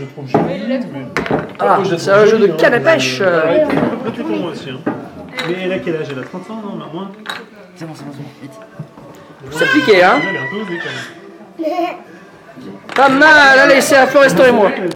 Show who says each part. Speaker 1: je trouve joli.
Speaker 2: Mais
Speaker 1: Mais...
Speaker 2: le trouve.
Speaker 1: Ah,
Speaker 3: Ah,
Speaker 1: moi, je la
Speaker 3: c'est
Speaker 1: trouve
Speaker 3: un jeu de
Speaker 1: jolie, hein,
Speaker 3: canne à
Speaker 1: mais-
Speaker 3: pêche.
Speaker 4: Elle
Speaker 3: euh.
Speaker 4: était à peu près tout en aussi. Hein. Mais elle a quel âge Elle a 30 ans, non mais Moins
Speaker 5: C'est bon, c'est bon, c'est bon. Vite.
Speaker 3: Ça piquait, hein
Speaker 4: Elle est un peu osée quand même.
Speaker 3: Pas mal, allez, c'est à Florestan et moi.